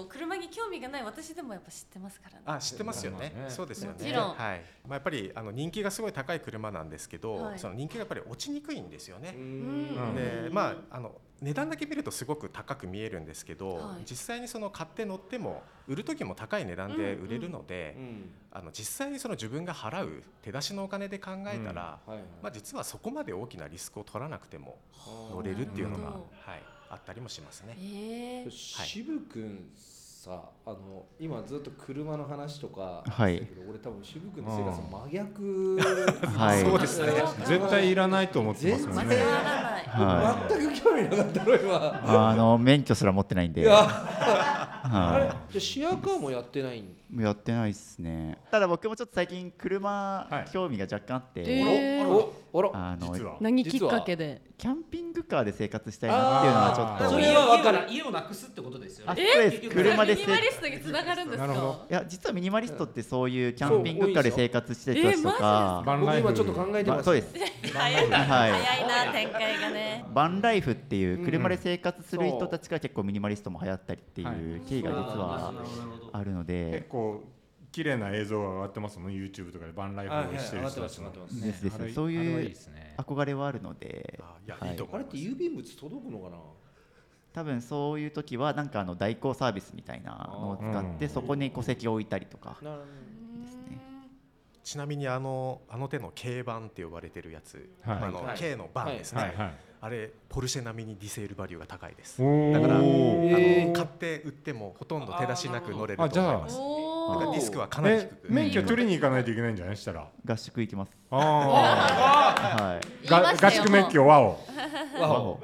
[SPEAKER 1] う車に興味がない私でもやっぱ知ってますからね。
[SPEAKER 6] あ知ってますよね,、
[SPEAKER 2] まあね
[SPEAKER 6] そうですよね
[SPEAKER 1] もちろん
[SPEAKER 6] はいまあ、やっぱりあの人気がすごい高い車なんですけど、
[SPEAKER 1] はい
[SPEAKER 6] その人気がやっぱり落ちにくいんですよね
[SPEAKER 5] う、
[SPEAKER 2] うん
[SPEAKER 5] ん
[SPEAKER 6] でまああの値段だけ見るとすごく高く見えるんですけど、
[SPEAKER 1] はい
[SPEAKER 6] 実際にその買って乗っても売る時も高い値段で売れるので、
[SPEAKER 5] うん
[SPEAKER 6] あの実際にその自分が払う手出しのお金で考えたら、
[SPEAKER 5] はいはい
[SPEAKER 6] まあ、実はそこまで大きなリスクを取らなくても
[SPEAKER 5] あ
[SPEAKER 6] 乗れるっていうのが、
[SPEAKER 1] なる
[SPEAKER 6] は
[SPEAKER 1] ほ
[SPEAKER 6] い
[SPEAKER 1] ど、
[SPEAKER 6] あったりもしますね。
[SPEAKER 1] ええ
[SPEAKER 5] 渋君さあの今ずっと車の話とか
[SPEAKER 3] はい
[SPEAKER 5] してたけど俺多分渋君の生活の真逆、
[SPEAKER 3] はいそう
[SPEAKER 6] ですね
[SPEAKER 2] 絶対いらないと思ってますも
[SPEAKER 1] わ
[SPEAKER 2] ん
[SPEAKER 5] 全然
[SPEAKER 2] ね。
[SPEAKER 1] からない。
[SPEAKER 3] は
[SPEAKER 5] 全く興味なかったの
[SPEAKER 3] い、
[SPEAKER 5] 今
[SPEAKER 3] あの免許すら持ってないん
[SPEAKER 5] い
[SPEAKER 3] で、
[SPEAKER 5] や
[SPEAKER 3] は
[SPEAKER 5] あれ
[SPEAKER 3] い
[SPEAKER 5] じゃあシェアカーもやってないん
[SPEAKER 3] やってないですねただ僕もちょっと最近車、
[SPEAKER 2] はい
[SPEAKER 3] 興味が若干あって、
[SPEAKER 5] あ
[SPEAKER 8] え
[SPEAKER 5] ら
[SPEAKER 8] へー
[SPEAKER 5] あらあら
[SPEAKER 3] あの
[SPEAKER 2] 実は。
[SPEAKER 8] 何
[SPEAKER 5] きっかけ
[SPEAKER 8] で
[SPEAKER 3] キャンピングカーで生活したいなっていうのはちょっと
[SPEAKER 4] そ
[SPEAKER 5] あー
[SPEAKER 4] れ
[SPEAKER 5] それは
[SPEAKER 4] は
[SPEAKER 5] 分からん
[SPEAKER 4] 家をなくすってことですよ
[SPEAKER 3] あ
[SPEAKER 4] ね。
[SPEAKER 3] そうです車で
[SPEAKER 1] ミ
[SPEAKER 3] せ
[SPEAKER 1] ニマリストに繋がるんですか。
[SPEAKER 2] なるほど
[SPEAKER 3] いや実はミニマリストってそういうキャンピングカーで生活してる人たちとか、
[SPEAKER 2] バン
[SPEAKER 5] 僕
[SPEAKER 2] ライフ
[SPEAKER 5] 今ちょっと考えて
[SPEAKER 3] ま
[SPEAKER 5] ま
[SPEAKER 3] あ
[SPEAKER 5] す
[SPEAKER 3] そうです
[SPEAKER 1] 早いな、
[SPEAKER 3] はい
[SPEAKER 1] 早いな展開がね。
[SPEAKER 3] バンライフっていう車で生活する人たちが結構ミニマリストも流行ったりっていう経緯が実はあるの
[SPEAKER 2] 結
[SPEAKER 3] で
[SPEAKER 2] 構綺麗な映像が上がってますもん YouTube とかでバンライ
[SPEAKER 5] あ
[SPEAKER 2] フをしてる人たちの。
[SPEAKER 3] ですです
[SPEAKER 2] あれ
[SPEAKER 3] そう
[SPEAKER 9] あれはいい
[SPEAKER 3] いう
[SPEAKER 9] ですね。
[SPEAKER 3] 憧れはあるので
[SPEAKER 6] あいや、
[SPEAKER 3] はい
[SPEAKER 6] い、いと
[SPEAKER 5] あ
[SPEAKER 6] 思い
[SPEAKER 5] れ
[SPEAKER 6] ま
[SPEAKER 5] っ
[SPEAKER 6] す
[SPEAKER 5] て郵便物届くのかな
[SPEAKER 3] 多分そういう時はなんかあの代行サービスみたいなのを使って
[SPEAKER 2] うん
[SPEAKER 3] そこに戸籍を置いたりとか
[SPEAKER 5] なる
[SPEAKER 3] ですね
[SPEAKER 6] ちなみにあのあの手の軽バンって呼ばれてるやつ、
[SPEAKER 2] はい
[SPEAKER 6] あの
[SPEAKER 5] はい
[SPEAKER 6] K のバンですね、
[SPEAKER 2] はいはい。
[SPEAKER 6] あれポルシェ並みにディセールバリューが高いです。
[SPEAKER 2] お
[SPEAKER 6] だからあ
[SPEAKER 2] お。
[SPEAKER 5] へ
[SPEAKER 6] の
[SPEAKER 5] ー
[SPEAKER 6] 買って売ってもほとんど手出しなく乗れる
[SPEAKER 2] あ
[SPEAKER 6] と思い
[SPEAKER 2] あ
[SPEAKER 6] ます。
[SPEAKER 1] お
[SPEAKER 6] だから
[SPEAKER 1] お
[SPEAKER 6] ディ。スクはかなり低
[SPEAKER 2] え
[SPEAKER 6] く。
[SPEAKER 2] 免許取りに行かないといけないんじゃないしたら。
[SPEAKER 3] 合宿行きます
[SPEAKER 2] あ
[SPEAKER 3] は
[SPEAKER 2] あ。が合宿免許はを。
[SPEAKER 3] いワオ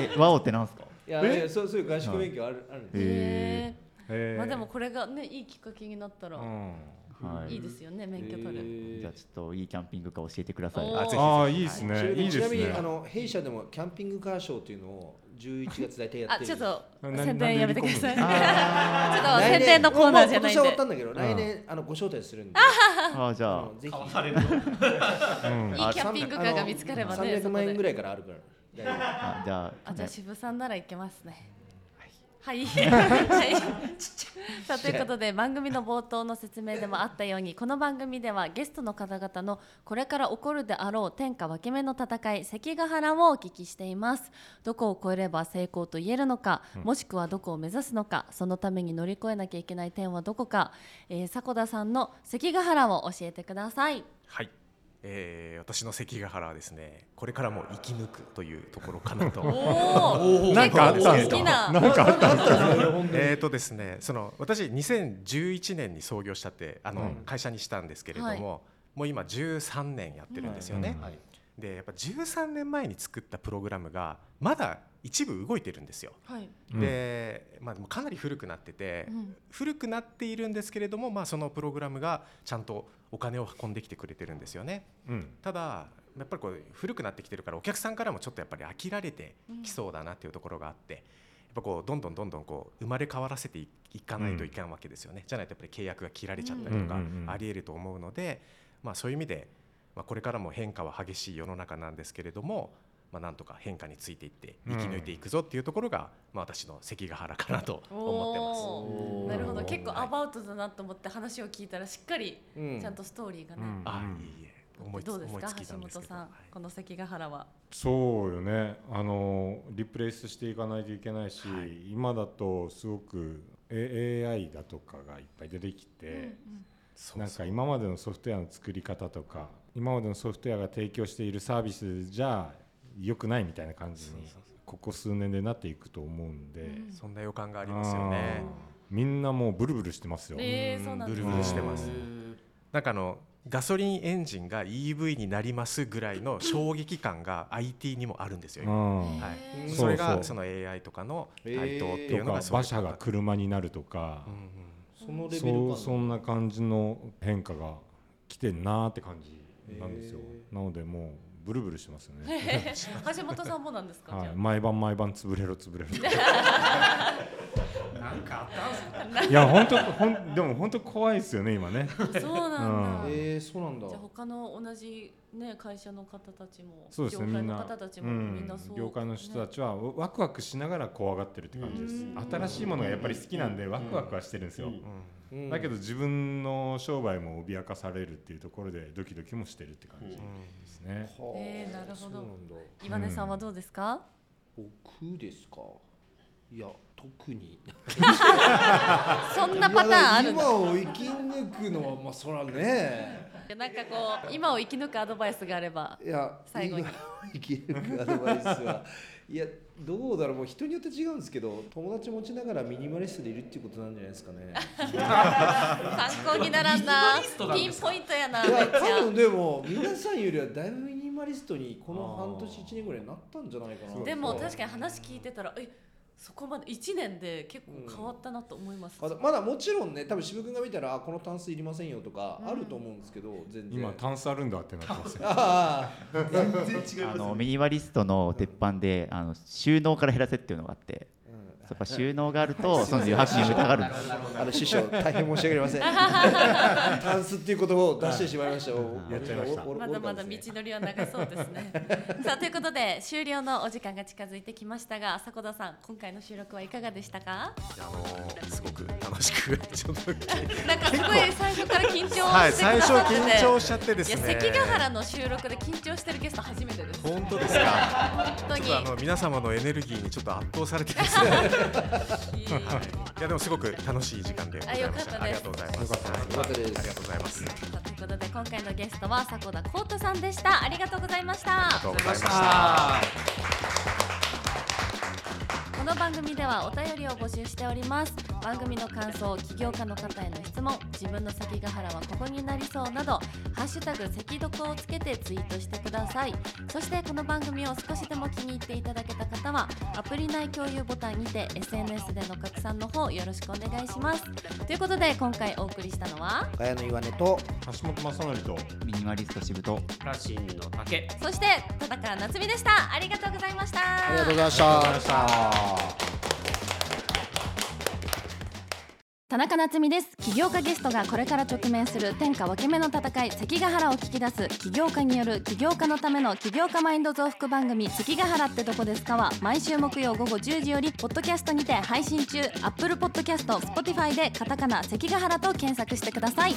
[SPEAKER 3] えワオってなんですか
[SPEAKER 5] いやいやそうそういう合宿免許あるあるんですよ
[SPEAKER 1] へえ。
[SPEAKER 2] え
[SPEAKER 1] まあでもこれがねいいきっかけになったら
[SPEAKER 2] うん。
[SPEAKER 3] はい
[SPEAKER 1] いですよね免許取
[SPEAKER 5] へ
[SPEAKER 1] る。
[SPEAKER 5] ー
[SPEAKER 3] じゃあちょっといいキャンピングカー教えてください。
[SPEAKER 1] おー
[SPEAKER 3] あ
[SPEAKER 6] ぜひ
[SPEAKER 2] ああいいです
[SPEAKER 5] ちな
[SPEAKER 2] ね。
[SPEAKER 5] みに
[SPEAKER 2] いいで
[SPEAKER 5] ちな
[SPEAKER 2] す
[SPEAKER 5] みにあ
[SPEAKER 2] ね。
[SPEAKER 5] の弊社でもキャンピングカーショーっていうのを11月大体やっ
[SPEAKER 1] あ
[SPEAKER 5] てる
[SPEAKER 1] ちょっと
[SPEAKER 2] な
[SPEAKER 1] 宣伝やめてください。ちょっ
[SPEAKER 3] あ
[SPEAKER 1] と宣伝のコーナーじゃないん
[SPEAKER 5] もう今年は終わ
[SPEAKER 1] で
[SPEAKER 5] った。んだけど来年あのご招待するんで
[SPEAKER 3] ーあーじゃ
[SPEAKER 5] あ
[SPEAKER 3] あ
[SPEAKER 5] のぜひ
[SPEAKER 4] 買われるの
[SPEAKER 2] うん。
[SPEAKER 1] いいキャンピングカーが見つかればね。
[SPEAKER 5] 300万円ぐ
[SPEAKER 1] らい。
[SPEAKER 5] らいからあるから大丈夫
[SPEAKER 3] あじゃあ
[SPEAKER 1] あじゃあ
[SPEAKER 3] ね
[SPEAKER 1] 渋さんならいけますね。はい。 はい。さあということで番組の冒頭の説明でもあったようにこの番組ではゲストの方々のこれから起こるであろう天下分け目の戦い関ヶ原をお聞きしていますどこを越えれば成功と言えるのか、もしくはどこを目指すのかそのために乗り越えなきゃいけない点はどこか、えー、迫田さんの関ヶ原を教えてください
[SPEAKER 6] はい。えー、私の関ヶ原はですね、これからも生き抜くというところかなと。
[SPEAKER 1] おお
[SPEAKER 2] なんかあったんです
[SPEAKER 1] 好き
[SPEAKER 2] か。
[SPEAKER 1] な
[SPEAKER 2] なんかあったんですか。
[SPEAKER 6] えーとですね、その私2011年に創業したってあの、会社にしたんですけれども、
[SPEAKER 1] はい
[SPEAKER 6] もう今13年やってるんですよね。で、やっぱ13年前に作ったプログラムがまだ一部動いてるんですよ。
[SPEAKER 1] はい
[SPEAKER 6] で、まあ、でもかなり古くなってて、
[SPEAKER 1] うん
[SPEAKER 6] 古くなっているんですけれども、まあ、そのプログラムがちゃんとお金を運んできてくれてるんですよね
[SPEAKER 2] うん。
[SPEAKER 6] ただやっぱりこう古くなってきてるからお客さんからもちょっとやっぱり飽きられてきそうだなっていうところがあって、やっぱこうどんどんどんどんこう生まれ変わらせていいかないといかんわけですよね、じゃないとやっぱり契約が切られちゃったりとか
[SPEAKER 2] うんうんうんうん
[SPEAKER 6] ありえると思うので、まあ、そういう意味で、まあ、これからも変化は激しい世の中なんですけれども、まあ、なんとか変化についていって生き抜いていくぞっていうところが、まあ、私の関ヶ原かなと思ってます。
[SPEAKER 1] おーなるほど結構アバウトだなと思って話を聞いたらしっかり
[SPEAKER 5] うん
[SPEAKER 1] ちゃんとストーリーがね、
[SPEAKER 2] うん
[SPEAKER 6] あいいえ思いつ
[SPEAKER 1] どうです
[SPEAKER 6] 思い
[SPEAKER 1] か
[SPEAKER 6] つきた
[SPEAKER 1] 橋
[SPEAKER 6] んです
[SPEAKER 1] 本
[SPEAKER 6] けど
[SPEAKER 1] さん、
[SPEAKER 6] はい
[SPEAKER 1] この関ヶ原は
[SPEAKER 2] そうよねあのリプレイスしていかないといけないし、今だとすごく A- AI だとかがいっぱい出てきて、
[SPEAKER 6] そう
[SPEAKER 2] なん
[SPEAKER 6] そう
[SPEAKER 2] か今までのソフトウェアの作り方とか今までのソフトウェアが提供しているサービスじゃ良くないみたいな感じにここ数年でなっていくと思うんで、
[SPEAKER 6] そんな予感がありますよね。
[SPEAKER 2] うんみんなもうブルブルしてますよ、
[SPEAKER 1] えー、そうなん
[SPEAKER 6] ブ
[SPEAKER 1] で
[SPEAKER 6] ル
[SPEAKER 1] す
[SPEAKER 6] ブ
[SPEAKER 1] ね
[SPEAKER 6] ルしてます。なんかあのガソリンエンジンが EV になりますぐらいの衝撃感が IT にもあるんですよ。
[SPEAKER 2] う
[SPEAKER 6] 今
[SPEAKER 2] ん
[SPEAKER 6] はい
[SPEAKER 2] へー、
[SPEAKER 6] そ
[SPEAKER 2] そうそ
[SPEAKER 6] れが
[SPEAKER 2] う
[SPEAKER 6] その AI とかの台頭ってい
[SPEAKER 2] と
[SPEAKER 6] うの
[SPEAKER 2] か
[SPEAKER 6] がそ
[SPEAKER 2] 馬
[SPEAKER 6] ういう
[SPEAKER 2] 車が車になるとか、
[SPEAKER 6] うんうん
[SPEAKER 5] そのレベル感
[SPEAKER 2] そうそんな感じの変化が来てんなーって感じなんですよ、なのでもうブルブルしてますよね、
[SPEAKER 1] 橋本さんもなんですか、
[SPEAKER 2] は
[SPEAKER 1] じゃ
[SPEAKER 2] い、毎晩毎晩潰れろ潰れろ
[SPEAKER 6] なんかあったんすか
[SPEAKER 2] いや本当ほんでも本当怖いですよね今ね
[SPEAKER 1] そうなんだ。
[SPEAKER 2] うん
[SPEAKER 1] じ
[SPEAKER 5] えー、そうなんだ
[SPEAKER 1] ゃあ他の同じね会社の方たちも、
[SPEAKER 2] そうですね
[SPEAKER 1] 業
[SPEAKER 2] み
[SPEAKER 1] 界
[SPEAKER 2] ん
[SPEAKER 1] の
[SPEAKER 2] な
[SPEAKER 1] 方たち
[SPEAKER 2] う
[SPEAKER 1] もみんなそ
[SPEAKER 2] ん
[SPEAKER 1] う、
[SPEAKER 2] 業界の人た
[SPEAKER 1] ね
[SPEAKER 2] ちはワクワクしながら怖がってるって感じです
[SPEAKER 1] うん
[SPEAKER 2] 新しいものがやっぱり好きなんでワクワクはしてるんですよ
[SPEAKER 5] うん
[SPEAKER 2] だけど自分の商売も脅かされるっていうところでドキドキもしてるって感じですね
[SPEAKER 5] はあ
[SPEAKER 1] えーなるほど
[SPEAKER 5] そうなんだ
[SPEAKER 1] 岩根さんはどうですか？
[SPEAKER 5] 僕ですかいや特に
[SPEAKER 1] そんなパターンある
[SPEAKER 5] い
[SPEAKER 1] の
[SPEAKER 5] やだから今を生き抜くのはまあそらね
[SPEAKER 1] なんかこう今を生き抜くアドバイスがあれ ば
[SPEAKER 5] いや
[SPEAKER 1] 最後に
[SPEAKER 5] 今を生き抜くアドバイスはいやどうだろうもう人によって違うんですけど友達持ちながらミニマリストでいるっていうことなんじゃないですかね
[SPEAKER 1] 参考にならんなピンポイントやない め
[SPEAKER 5] や
[SPEAKER 1] っち
[SPEAKER 5] 多分
[SPEAKER 1] ゃ
[SPEAKER 5] でも皆さんよりはだいぶミニマリストにこの半年1年ぐらいになったんじゃないかな
[SPEAKER 1] でも確かに話聞いてたらえそこまで1年で結構変わったなと思います、
[SPEAKER 5] あだまだもちろんね多分渋君が見たらあこのタンスいりませんよとかあると思うんですけど、全然
[SPEAKER 2] 今タンスあるんだってなって ますよ
[SPEAKER 5] ああ
[SPEAKER 3] あのミニマリストの鉄板であの収納から減らせっていうのがあってやっぱ収納がある とその余白に疑がるんです
[SPEAKER 5] あの師匠大変申し訳ありませんタンスっていう言葉を出してしまいました
[SPEAKER 2] やっちゃいました
[SPEAKER 5] おおお
[SPEAKER 1] まだまだ道のりは長そうです ねさあということで終了のお時間が近づいてきましたが迫田さん今回の収録はいかがでしたか
[SPEAKER 6] いやあのーすごく楽しくちょっと
[SPEAKER 1] なんかすごい最初から緊張してくだ
[SPEAKER 6] はい
[SPEAKER 1] さって
[SPEAKER 6] 最
[SPEAKER 1] て、
[SPEAKER 6] 初緊張しちゃってです
[SPEAKER 1] い
[SPEAKER 6] ね
[SPEAKER 1] や関ヶ原の収録で緊張してるゲスト初めてです
[SPEAKER 6] 本当ですか
[SPEAKER 1] 本当
[SPEAKER 6] ちょっ
[SPEAKER 1] に
[SPEAKER 6] とあの皆様のエネルギーにちょっと圧倒されてですね はい
[SPEAKER 1] いいさ
[SPEAKER 6] いやでもすごく楽しい時間でございまし
[SPEAKER 1] あよかったです
[SPEAKER 6] たありがとうございます
[SPEAKER 5] よかったです
[SPEAKER 6] はいありがとうございますあり
[SPEAKER 1] あということで今回のゲストは迫田浩太さんでしたありがとうございました
[SPEAKER 6] がとうございました
[SPEAKER 1] この番組ではお便りを募集しております番組の感想起業家の方への質問自分の関ヶ原はここになりそうなど「ハッシュタグ関読」をつけてツイートしてくださいそしてこの番組を少しでも気に入っていただけた方はアプリ内共有ボタンにて SNS での拡散の方よろしくお願いしますということで今回お送りしたのは
[SPEAKER 5] ガヤの岩根と
[SPEAKER 2] 橋本正則と
[SPEAKER 3] ミニマリストしぶと
[SPEAKER 4] ラシンの竹
[SPEAKER 1] そして田中夏実でしたありがとうございました
[SPEAKER 5] ありがとうございました。
[SPEAKER 10] 田中夏実です起業家ゲストがこれから直面する天下分け目の戦い関ヶ原を聞き出す起業家による起業家のための起業家マインド増幅番組関ヶ原ってどこですかは毎週木曜午後10時よりポッドキャストにて配信中 Apple Podcast Spotify でカタカナ関ヶ原と検索してください